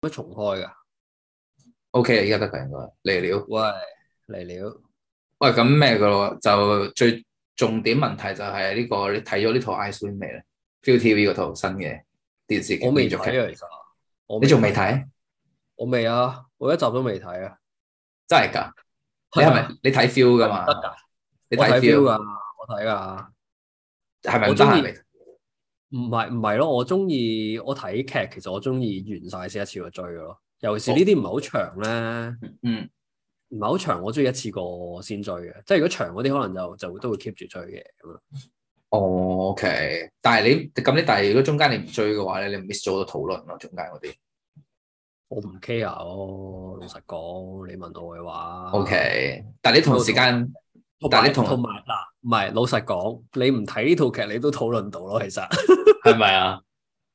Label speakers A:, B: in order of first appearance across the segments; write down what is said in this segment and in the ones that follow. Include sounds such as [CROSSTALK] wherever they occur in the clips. A: 乜重開㗎？
B: O K，而家得㗎應該嚟了。
A: 喂，嚟了，
B: 喂，咁咩噶咯？就最重點問題就係呢、個，你睇咗呢套 Ice Cream 未咧？ViuTV 嗰套新嘅電視劇
A: 我未
B: 連續
A: 睇
B: 劇
A: 啊，其實我
B: 你仲未？睇？
A: 我未啊，我一集都未睇啊。
B: 真係㗎？你係咪你睇 feel 㗎嘛
A: 得？㗎？
B: 你
A: 我
B: 睇
A: feel
B: feel 啊
A: 㗎，我睇㗎。
B: 係咪
A: 我
B: 唔得
A: 中
B: 啊閒
A: 意
B: 嚟？
A: 唔係唔係咯，我中意我睇劇，其實我中意完晒先一次過追嘅咯。尤其
B: 哦
A: 是呢啲唔係好長咧，
B: 嗯，
A: 唔係好長，我中意一次過先追嘅。即係如果長嗰啲，可能就就都會 keep 住追嘅咁樣。
B: 哦，O K，但係你咁你但係如果中間你唔追嘅話咧，你 miss 咗好多討論咯，中間嗰啲。
A: 我唔 care 咯，老實講，你問我嘅話
B: O K，但係你同時間
A: 同
B: 但係
A: 埋
B: 你同
A: 同埋嗱，唔係老實講，你唔睇呢套劇，你都討論到咯。其實
B: 係咪啊？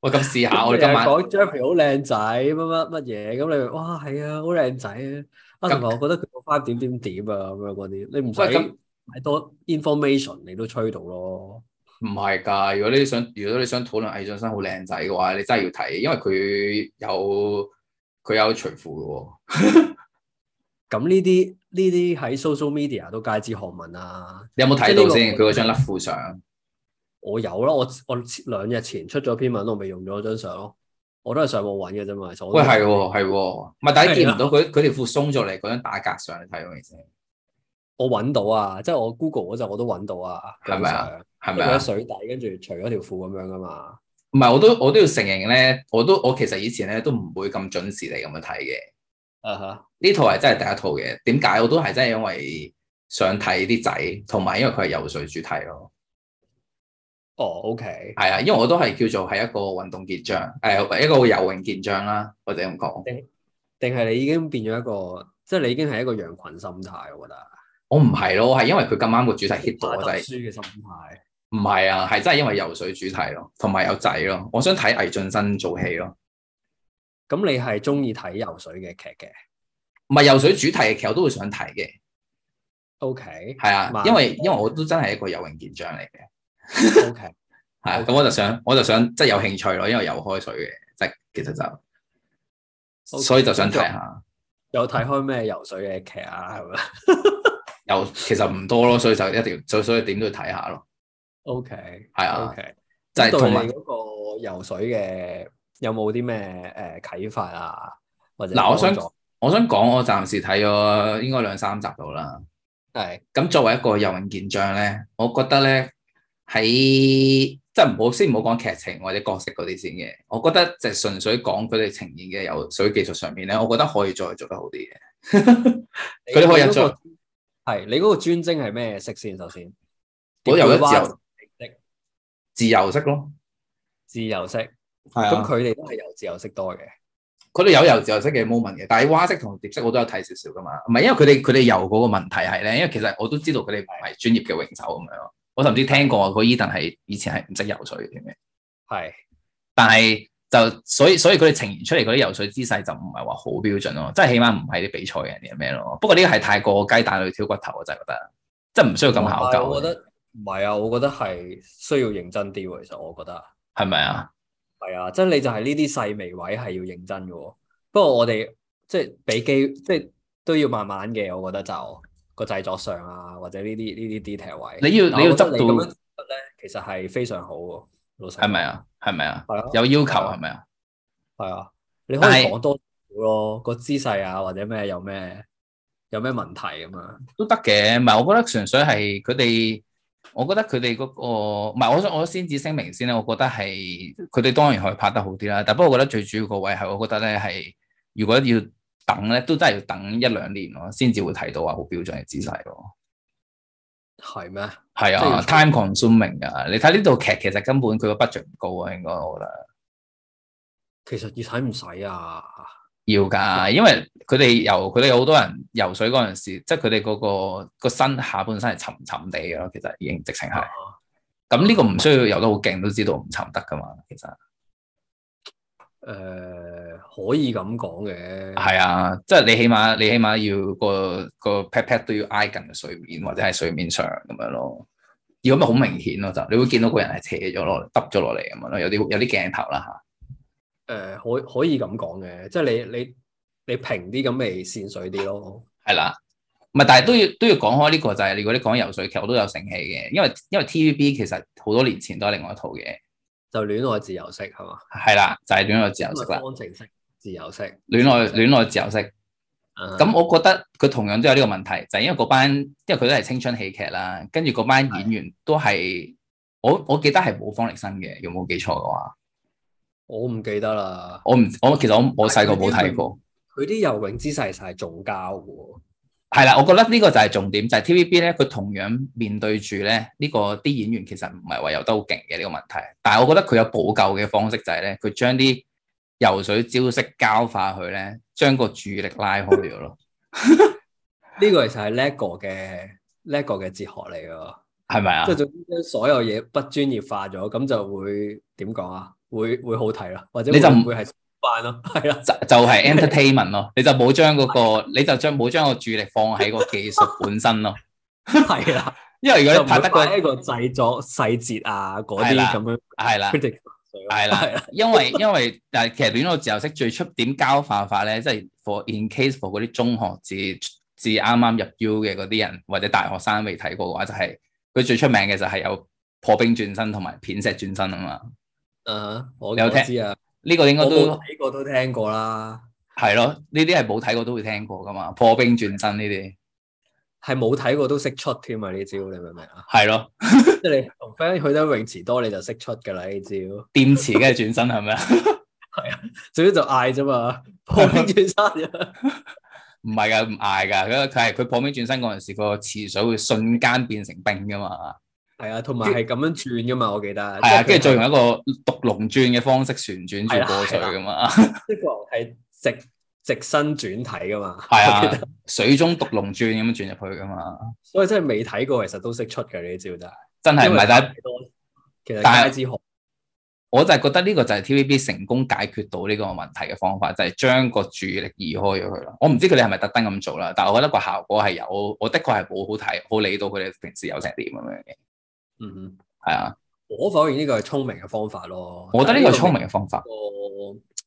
B: 喂，咁試下啊我哋今晚
A: 啊講 Jeffrey 好靚仔，乜乜乜嘢，咁你咪哇係啊，好靚仔啊！啊，
B: 咁
A: 同埋我覺得佢個花點點點啊，咁樣嗰啲，你唔
B: 喂咁
A: 使買多 information，你都吹到咯。
B: 唔係㗎，如果你想，如果你想討論魏俊生好靚仔嘅話，你真係要睇，因為佢有佢有除褲嘅喎。
A: 咁呢啲呢啲喺 social media 都街知巷聞啊。
B: 你有冇睇
A: 即係呢
B: 到
A: 個
B: 先？佢嗰張甩褲相，
A: 我有啦，我我兩日前出咗篇文，我咪用咗張相咯。我都係上網揾嘅啫嘛，其實我都
B: 喂
A: 唔
B: 係喎係喎，唔係但係你
A: 係
B: 見
A: 啊
B: 唔到佢佢條褲鬆咗嚟嗰張打格相，你睇到未先？
A: 我揾到啊，即係我 Google 嗰陣我都揾到啊，
B: 係咪啊
A: 張相？
B: 係
A: 因為
B: 咪
A: 佢喺
B: 啊？
A: 水底，跟住除咗條褲咁樣噶嘛。
B: 唔係我都我都要承認咧，我都我其實以前咧都唔會咁準時嚟咁樣睇嘅。
A: 啊哈，
B: 呢套係真係第一套嘅，點解我都係真係因為想睇啲仔，同埋因為佢係游水主題咯。
A: 哦，OK，
B: 係啊，因為我都係叫做係一個運動健將，誒、一個游泳健將啦，或者咁講。
A: 定係你已經變咗一個，即係你已經係一個羊群心態，我覺得。
B: 我唔係咯，我係因為佢咁啱個主題 hit 到
A: 怕
B: 我
A: 讀
B: 就係
A: 書嘅心態。
B: 唔係啊，係真係因為游水主題咯，同埋有仔咯，我想睇魏俊生做戲咯。
A: 咁你係中意睇游水嘅劇嘅
B: 唔係游水主題嘅劇我都會想睇嘅， [LAUGHS]
A: ？OK，
B: 係啊，
A: 慢
B: 因為因為我都真係一個游泳健將嚟嘅，
A: OK，
B: 係啊咁我就想我就想即係有興趣咯，因為游開水嘅，即係其實就
A: OK，
B: 所以就想睇下。
A: 有睇開咩游水嘅劇啊？係咪 [LAUGHS]
B: 又其實唔多咯，所以就一定要，所所以點都要睇下咯，
A: ？OK，
B: 係啊，
A: OK，
B: 就係
A: 對
B: 同埋
A: 你嗰個游水嘅有冇啲咩誒啟發啊？或者
B: 嗱我想
A: 幫助
B: 我想講，我暫時睇咗應該兩三集到啦。
A: 係
B: 咁作為一個游泳健將咧，我覺得咧喺即係唔好先唔好講劇情或者角色嗰啲先嘅，我覺得就係純粹講佢哋呈現嘅游水技術上面咧，我覺得可以再做得好啲嘅。 [LAUGHS] 佢哋可以
A: 你嗰個
B: 做
A: 係你嗰個專精係咩色先？首先，
B: 我游得自
A: 蝶
B: 由自由式咯，
A: 自由式，
B: 係啊
A: 咁。佢哋都係啊游自由式多嘅。
B: 佢哋有游自由式嘅 moment 嘅，但係蛙式同蝶式我都有睇少少噶嘛。唔係因為佢哋佢哋游嗰個問題係咧，因為其實我都知道佢哋唔係專業嘅泳手咁樣。我甚至聽過個 Edan 係以前係唔識游水嘅，
A: 係
B: 但係就所以所以佢哋呈現出嚟嗰啲游水姿勢就唔係話好標準咯，即係起碼唔係啲比賽嘅人定係咩咯。不過呢個係太過雞蛋裏挑骨頭，我真係覺得，即係唔需要咁考
A: 唔係我覺
B: 究，
A: 得唔係啊，我覺得係需要認真啲喎。其實我覺得
B: 係咪啊？
A: 係啊，即係你就係呢啲細微位係要認真嘅喎。不過我哋即係俾機，即係都要慢慢嘅。我覺得就個製作上啊，或者呢啲呢啲 detail 位，
B: 你要
A: 但
B: 你要
A: 我覺得
B: 執
A: 你咁樣
B: 到
A: 執得咧，其實係非常好喎。老實
B: 係咪啊？係咪啊？
A: 講？係啊，
B: 有要求係咪啊？
A: 係啊，你可
B: 但
A: 以
B: 係
A: 講多少咯，個姿勢啊，或者咩有咩有咩問題咁樣。
B: 都得嘅，唔係我覺得純粹係佢哋，我覺得佢哋嗰個唔係我想我先至聲明先啦，我覺得係佢哋當然可以拍得好啲啦，但不過我覺得最主要個位係我覺得咧係，如果要等咧，都真係要等一兩年咯，先至會睇到話好標準嘅姿勢咯。
A: 係咩？
B: 係
A: 即係要
B: 啊，time consuming 㗎，你睇呢套劇其實根本佢個 budget 唔高啊，應該我覺得。
A: 其實要睇唔使啊，
B: 要㗎，因為佢哋游佢哋有好多人游水嗰陣時，即係佢哋嗰個個身下半身係沉沉地嘅咯，其實已經直情係。咁呢個唔需要游得好勁都知道唔沉得㗎嘛，其實
A: 誒、呃可以咁講嘅，
B: 係啊，即係你起碼你起碼要個個 pat pat 都要挨近個水面或者係水面上咁樣咯。如果咪好明顯咯就，你會見到個人係斜咗落嚟，耷咗落嚟咁樣咯，有啲有啲鏡頭啦嚇。
A: 誒、誒呃可可以咁講嘅，即係你你你平啲咁咪線水啲咯。
B: 係啦，唔係，但係都要都要講開呢個就係、如果你講游水劇，我都有醒起嘅，因為因為 TVB 其實好多年前都係另外一套嘅，
A: 就戀愛自由式係嘛？
B: 係啦，就係、戀愛自由式
A: 咁
B: 啦
A: 啊，方程式自由式。
B: 戀愛戀愛自由式。嗯
A: 啊
B: 咁我覺得佢同樣都有呢個問題，就係、因為嗰班，因為佢都係青春喜劇啦，跟住嗰班演員都係，我我記得係冇方力申嘅，有冇記錯嘅話，
A: 我唔記得啦。
B: 我唔，我其實我我細個冇睇過，
A: 佢啲游泳姿勢晒仲交嘅喎。
B: 係啦，我覺得呢個就係重點，就係、TVB 咧，佢同樣面對住咧呢、個啲演員其實唔係話游得好勁嘅呢個問題，但係我覺得佢有補救嘅方式就係咧，佢將啲游水招式交化佢咧，將個注意力拉開咗
A: [LAUGHS]
B: 咯，
A: 呢個其實係 LEGO 嘅 LEGO 嘅哲學嚟㗎，
B: 係咪啊
A: 即係？總之將所有嘢不專業化咗，咁就會點講啊？會會好睇啦，或者
B: 你就
A: 會
B: 唔
A: 會係翻咯，係啦。
B: 就就係 entertainment 咯，你就冇將嗰個，你就將冇將個注意力放喺個技術本身咯。
A: 係啦，
B: 因為如果
A: 就
B: 你拍得
A: 唔會
B: 個
A: 擺一個製作細節啊嗰
B: 係
A: 啲
B: 啦
A: 咁樣
B: 係啦
A: c，r
B: 係
A: [LAUGHS]
B: 啦，因為因為但係其實戀愛自由式最出點交化法咧，即係 for in case for 嗰啲中學至至啱啱入 U 嘅嗰啲人或者大學生未睇過嘅話，就係、佢最出名嘅就係有破冰轉身同埋片石轉身啊嘛。
A: 啊，我
B: 有
A: 我
B: 聽
A: 知啊，
B: 呢、個應該
A: 我冇
B: 都
A: 睇過都聽過啦，
B: 係咯，呢啲係冇睇過都會聽過噶嘛，破冰轉身呢啲
A: 係冇睇過都識出添啊！呢招你明唔明
B: [LAUGHS]
A: 啊？
B: 係咯，
A: 即係你同 friend 去得泳池多，你就識出㗎啦呢招。
B: 電池跟住轉身係咪啊？ [LAUGHS]
A: 最緊就嗌啫嘛，破冰轉身啫。
B: 唔係噶，唔嗌噶，佢佢係佢破面轉身嗰陣時，個池水會瞬間變成冰噶嘛，
A: 係啊，同埋係咁樣轉㗎嘛，我記得。
B: 係啊，
A: 即係
B: 跟
A: 佢
B: 住再用一個獨龍轉嘅方式旋轉
A: 係啊
B: 住
A: 啦
B: 過水噶嘛，
A: 呢個係直直身轉體㗎嘛。
B: 係
A: 我記
B: 啊
A: 得，
B: 水中獨龍轉咁樣轉入去噶嘛，
A: 所以真係未睇過，其實都識出嘅呢招真係。
B: 真係唔係？但係
A: 係多，其實
B: 但
A: 街
B: 係
A: 之學
B: 我就係覺得呢個就係 TVB 成功解決到呢個問題嘅方法，就係、將個注意力移開咗佢啦。我唔知佢哋係咪特登咁做啦，但係我覺得個效果係有，我的確係冇好睇，好理到佢哋平時有成點咁樣嘅，
A: 嗯哼，
B: 係啊，
A: 我否認呢個係聰明嘅方法咯。
B: 我覺得呢個係聰
A: 但係
B: 明嘅方法，
A: 個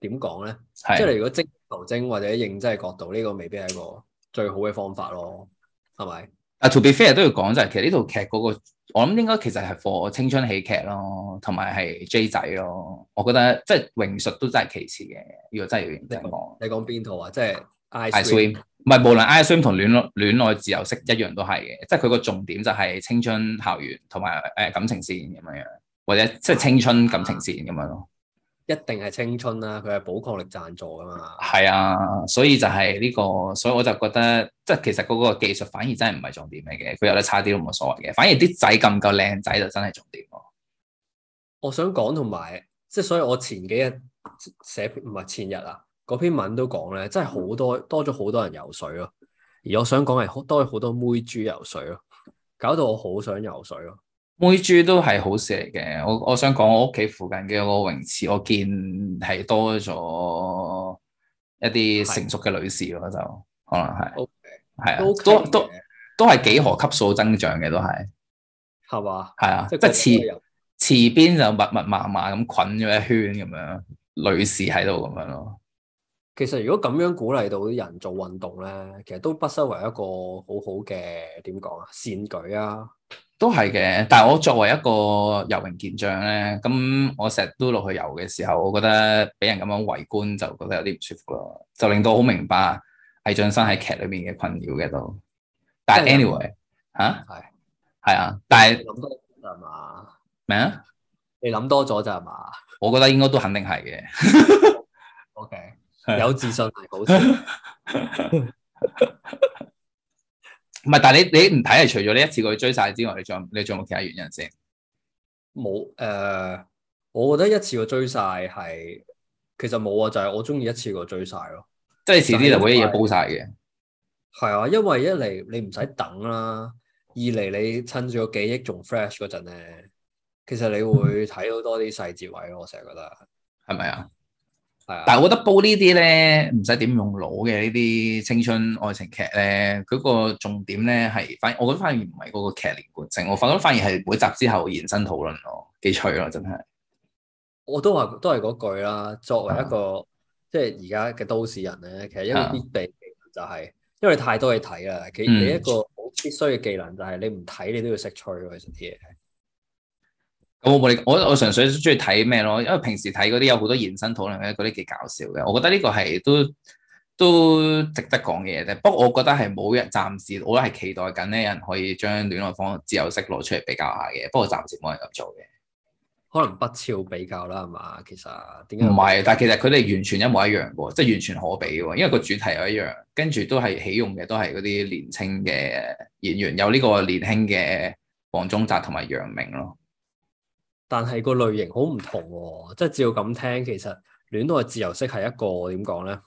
A: 點講咧？即係
B: 係
A: 你如果精益求精或者認真嘅角度，呢個未必係一個最好嘅方法咯，係咪？
B: 啊，to be fair 都要講就係，其實呢套劇嗰個，我諗應該其實係 for 青春喜劇咯，同埋係 J 仔咯。我覺得即係泳術都真係其次嘅，如果真係要認真講
A: 你講邊套啊？即係 I
B: ，I swim 唔係無論 I swim 同戀愛戀愛自由式一樣都係嘅，即係佢個重點就係青春校園同埋誒感情線咁樣樣，或者即係青春感情線咁樣咯。
A: 一定係青春啦，佢係寶礦力贊助噶嘛。
B: 係啊，所以就係呢、個，所以我就覺得，即係其實嗰個技術反而真係唔係重點嚟嘅，佢有得差啲都冇所謂嘅，反而啲仔夠唔夠靚仔就真係重點咯。
A: 我想講同埋，即係所以我前幾日寫篇唔係前日啊，嗰篇文都講咧，真係好多多咗好多人游水咯。而我想講係好多咗好多妹豬游水咯，搞到我好想游水咯。
B: 妹豬都係好事嚟嘅，我我想講我屋企附近嘅個泳池，我見係多咗一啲成熟嘅女士咯，就可能係
A: OK，
B: 係啊，
A: 都 OK
B: 都都
A: 嘅
B: 都係幾何級數增長嘅，都係
A: 係嘛？
B: 係啊，即
A: 個個
B: 係
A: 都
B: 池
A: 有
B: 池邊就密密麻麻咁捆咗一圈咁樣，女士喺度咁樣咯，
A: 其實如果咁樣鼓勵到啲人做運動咧，其實都不失為一個好好嘅點講啊善舉啊。
B: 都係嘅。但係我作為一個游泳健將咧，咁我成日都落去游嘅時候，我覺得俾人咁樣圍觀就覺得有啲唔舒服咯，就令到好明白魏俊生喺劇裏面嘅困擾嘅都。但係啊
A: 真係有
B: anyway 嚇
A: 係
B: 係啊，但係
A: 你諗多咗咋嘛？
B: 咩啊？
A: 你諗多咗咋嘛
B: 我覺得應該都肯定係嘅。
A: ？OK，
B: 係
A: 有自信係好事。
B: [LAUGHS] 唔係，但係你你唔睇係除咗呢一次過去追晒之外，你仲有你仲有冇其他原因先？
A: 冇誒、呃我覺得一次過追晒係其實冇啊，就係、我中意一次過追晒咯。
B: 即係遲啲就會一嘢煲晒嘅。
A: 係啊，因為一嚟你唔使等啦，二嚟你趁住個記憶仲 fresh 嗰陣咧，其實你
B: [LAUGHS]
A: 會睇到多啲細節位咯。我成日覺得
B: 係咪啊？
A: 係啊，
B: 但係我覺得煲呢啲咧，唔使點用腦嘅呢啲青春愛情劇咧，佢個重點咧係反，我覺得反而唔係嗰個劇連貫性，我反覺得反而係每集之後延伸討論咯，幾趣咯，真係。
A: 我都話都係嗰句啦。作為一個即係而家嘅都市人咧，其實一個
B: 啊
A: 必備技能就係、因為你太多嘢睇啦。其
B: 嗯
A: 你一個好必須嘅技能就係你唔睇你都要識吹咯。其實啲嘢
B: 咁我哋我我純粹中意睇咩咯，因為平時睇嗰啲有好多延伸討論咧，嗰啲幾搞笑嘅。我覺得呢個係都都值得講嘅嘢啫。不過我覺得係冇人暫時，我都係期待緊咧，有人可以將戀愛方自由式攞出嚟比較下嘅。不過暫時冇人咁做嘅。
A: 可能不超比較啦，係嘛？其實點解
B: 唔係，但係其實佢哋完全一模一樣嘅喎，即係完全可比嘅喎，因為個主題又一樣，跟住都係起用嘅都係嗰啲年青嘅演員，有呢個年輕嘅黃宗澤同埋楊明咯。
A: 但係個類型好唔同喎、即係照咁聽，其實戀愛自由式係一個點講咧，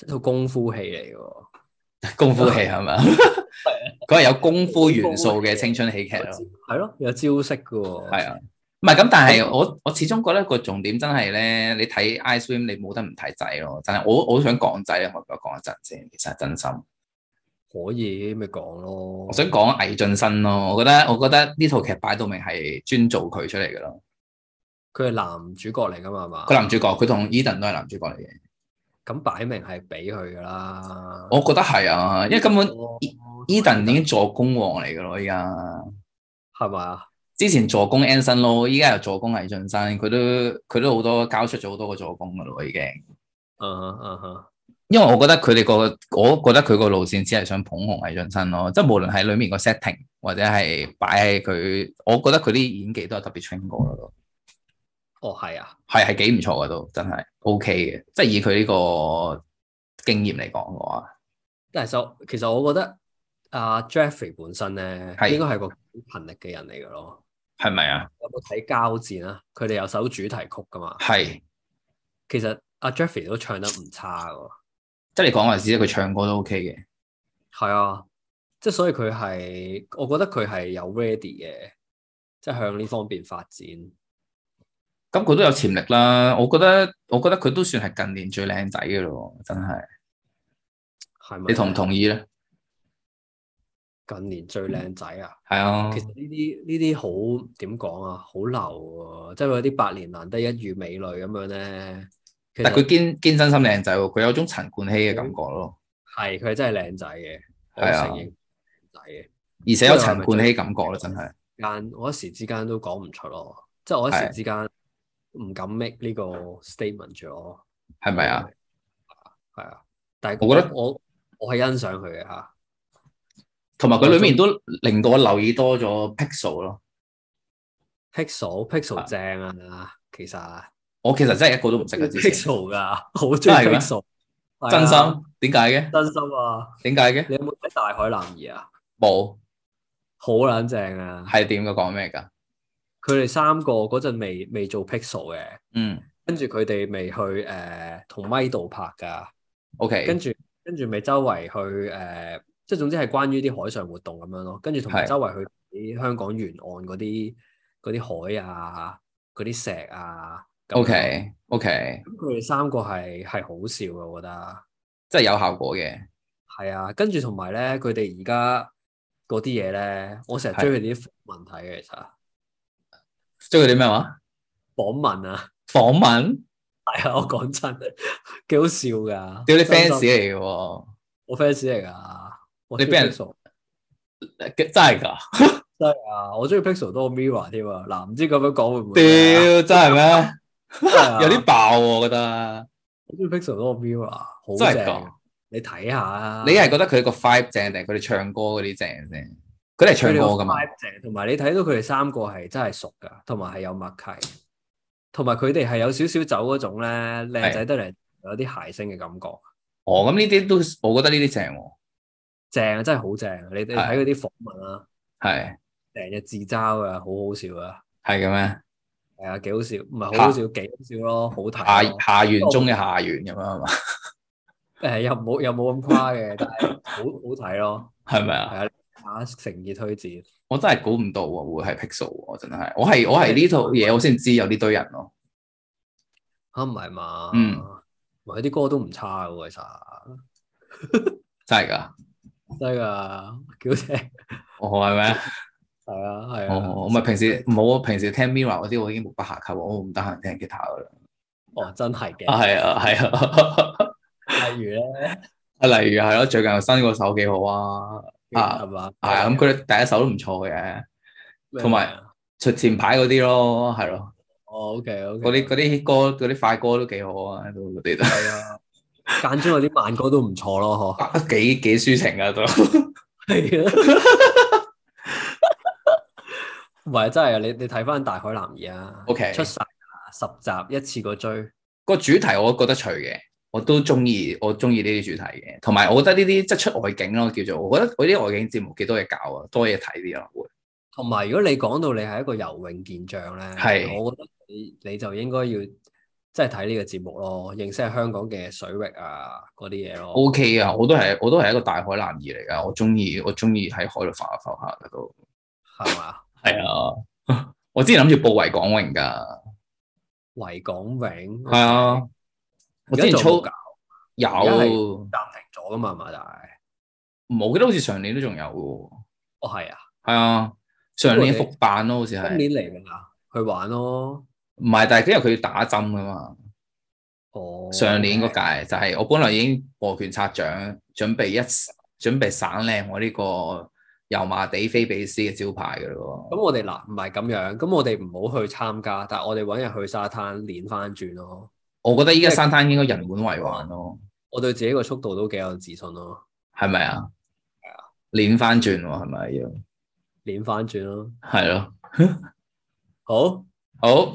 A: 一套功夫戲嚟嘅喎。
B: 功夫戲係咪啊？ [LAUGHS] 佢係有功夫元素嘅青春喜劇咯，
A: 係咯，有招式嘅喎。
B: 啊係啊。唔係咁，但係我我始終覺得個重點真係咧，你睇 I Swim 你冇得唔睇仔咯，真係我我都想講仔啊，我我講一陣先，其實係真心，
A: 可以咪講咯
B: 我。想講魏俊生咯，我覺得我覺得呢套劇擺到明係專做佢出嚟嘅咯，
A: 佢係男主角嚟㗎嘛，係嘛
B: 個？男主角佢同 Eden 都係男主角嚟嘅，
A: 咁擺明係俾佢㗎啦。
B: 我覺得係啊，因為根本
A: 哦
B: Eden 已經助攻王嚟嘅咯，依家
A: 係咪啊？
B: 之前助攻 Anson 咯，依家又助攻魏俊生，佢都佢都好多交出咗好多個助攻嘅咯，已經。
A: 嗯哼嗯哼，
B: 因為我覺得佢哋個，我覺得佢個路線只係想捧紅魏俊生咯，即係無論係裡面個 setting 或者係擺喺佢，我覺得佢啲演技都係特別 train 過咯，
A: 哦係啊，
B: 係係幾唔錯嘅都真係 OK 嘅，即係以佢呢個經驗嚟講嘅話，
A: 但係就其實我覺得阿 Jeffrey 本身咧，
B: 係
A: 應該係個勤力嘅人嚟㗎咯。
B: 係咪啊？
A: 有冇睇交戰啊？佢哋有首主題曲㗎嘛？
B: 係，
A: 其實阿 Jeffrey 都唱得唔差㗎喎。
B: 即係你講話知佢唱歌都 OK 嘅，
A: 係啊，即係所以佢係，我覺得佢係有 ready 嘅，即係向呢方面發展。
B: 咁佢都有潛力啦。我覺得我覺得佢都算係近年最靚仔嘅咯，真係。
A: 係咪？
B: 你同唔同意咧？
A: 近年最靚仔啊？
B: 係啊
A: 其，實呢啲呢啲好點講啊？好流喎，即係有啲百年難得一遇美女咁樣咧。其
B: 但係佢
A: 實
B: 堅堅真心靚仔喎，佢有種陳冠希嘅感覺咯。
A: 係佢係真係靚仔嘅，我
B: 係啊
A: 承認靚仔嘅。
B: 而且有陳冠希感覺咯，真係
A: 但我一時之間都講唔出咯，即係我一時
B: 係
A: 之間唔敢 make 呢個 statement 咗。
B: 係咪啊？？
A: 係啊，但係
B: 我
A: 我
B: 覺
A: 覺
B: 得
A: 得我我係欣賞佢嘅嚇，
B: 同埋佢裏面都令到我留意多咗 Pixel 咯。
A: Pixel Pixel 正啊，其實
B: 我其實真係一個都唔識啊嘅，之前
A: Pixel 噶，好中
B: 真
A: 意
B: 係嘅咩
A: Pixel，係啊
B: [LAUGHS] 真心點解嘅？
A: 真心啊！
B: 點解嘅？
A: 你有冇睇《大海男兒》啊？
B: 冇
A: 好撚正啊！
B: 係點嘅講咩㗎？
A: 佢哋三個嗰陣未未做 Pixel 嘅，
B: 嗯
A: 跟住佢哋未去誒同咪度拍㗎，
B: ，OK，
A: 跟住跟住咪周圍去誒、呃即係總之係關於啲海上活動咁樣咯。跟住同埋
B: 係
A: 周圍去睇香港沿岸嗰啲嗰啲海啊、嗰啲石啊。咁樣
B: OK OK，
A: 咁佢哋三個係係好笑嘅，我覺得
B: 真係有效果嘅。
A: 係啊。跟住同埋咧，佢哋而家嗰啲嘢咧，我成日追佢哋啲訪問睇嘅，其實
B: 即係佢哋咩話？
A: 訪問啊，
B: 訪問？
A: 係啊，我 [LAUGHS] 講真，幾好笑㗎。
B: 屌
A: 真
B: 你
A: 心
B: fans 嚟嘅喎，
A: 我 fans 嚟㗎，我
B: 你
A: 中意
B: 俾人
A: Pixel
B: 真係㗎？
A: 啊，我中意 Pixel 多過 Mirror 添啊。嗱，唔知咁樣講會唔啊會咧？
B: 屌真
A: [LAUGHS]
B: 係咩？有
A: 有
B: 啲爆喎，我覺得。
A: 我中意 Pixel 多過 Mirror，好啊
B: 真係
A: 正
B: 㗎。
A: 你睇下啊，
B: 你係覺得佢個 five 正定係佢哋唱歌嗰啲正先？佢哋係唱
A: 佢哋
B: 歌
A: 個
B: 㗎嘛？
A: vibe 正，同埋你睇到佢哋三個係真係熟噶，同埋係有默契，同埋佢哋係有少少走嗰種咧，靚仔得嚟有啲諧星嘅感覺，
B: 哦，咁呢啲都，我覺得呢啲正喎，
A: 正啊真係好正啊！你你睇嗰啲訪問啊，
B: 係
A: 成日自嘲啊，好好笑啊，
B: 係嘅咩？
A: 係啊，幾好笑，唔係好好笑，幾好笑咯，好
B: 下
A: 睇咯。
B: 下元中嘅下元咁樣啊係嘛？
A: 誒又冇又冇咁誇嘅， [LAUGHS] 但係好好睇咯。
B: 係咪啊？
A: 係啊，啊誠意推薦，
B: 我真係估唔到喎，會係 Pixel 喎，我真係，我係我係呢套嘢我先知有呢堆人咯。
A: 嚇啊唔係嘛？
B: 嗯，
A: 佢啲歌都唔差嘅喎，其實
B: 真係㗎，哦
A: 真係㗎，幾好聽。 [LAUGHS]
B: 我係咩？
A: 係啊，係啊。
B: 哦，我咪平時冇啊，平時聽 Mirror 嗰啲我已經目不暇給，我唔得閒聽吉他噶啦。
A: 哦，真係嘅。
B: 啊，係啊，係啊。 [LAUGHS]
A: 例如咧，
B: 啊，例如係咯，最近新嗰首幾好啊，啊
A: 係嘛？
B: 係啊，咁佢第一首都唔錯嘅，
A: 咩
B: 同埋
A: 啊
B: 出前排嗰啲咯，係咯，
A: 哦，OK，OK，
B: 嗰啲嗰啲歌嗰啲快歌都幾好啊，都嗰啲都 [LAUGHS]
A: 係啊，間中有啲慢歌都唔錯咯，
B: 啊幾幾抒情啊都， [LAUGHS]
A: 嗬。係啊。唔係真係啊！你你睇翻《大海南兒》啊
B: OK
A: 出晒啊十集一次過追，
B: 個主題我覺得趣嘅，我都中意，我中意呢啲主題嘅，同埋我覺得呢啲即係出外景咯，叫做我覺得我啲外景節目幾多嘢搞啊，多嘢睇啲咯，會
A: 同埋如果你講到你係一個游泳健將咧，
B: 係
A: 我覺得你你就應該要即係睇呢個節目咯，認識下香港嘅水域啊嗰啲嘢咯。
B: OK 啊，我都係我都係一個大海男兒嚟噶，我中意我中意喺海度浮下浮下嘅都。
A: 係嘛？
B: 係啊， [LAUGHS] 我之前諗住報維港泳噶，
A: 維港泳
B: 係啊，我之前操
A: 而家
B: 有，
A: 而家
B: 唔
A: 暫停咗噶嘛，係嘛？但係，
B: 我記得好似上年都仲有嘅
A: 哦係啊，
B: 喎，係啊，上年復辦咯，好似
A: 今
B: 係，
A: 年嚟㗎啦，去玩咯。
B: 唔係，但係因為佢要打針噶嘛，
A: 哦，
B: 上年嗰屆就係我本來已經磨拳擦掌，準備一準備省靚我呢個油麻地菲比斯嘅招牌噶咯
A: 咁我哋嗱唔係咁樣，咁我哋唔好去參加，但係我哋揾日去沙灘練翻轉咯。
B: 喎，我覺得依家沙灘應該人滿為患咯，
A: 我對自己個速度都幾有自信咯，
B: 係咪啊？練翻轉喎，係咪要？
A: 練翻轉咯。
B: 係咯，
A: 好。
B: 好。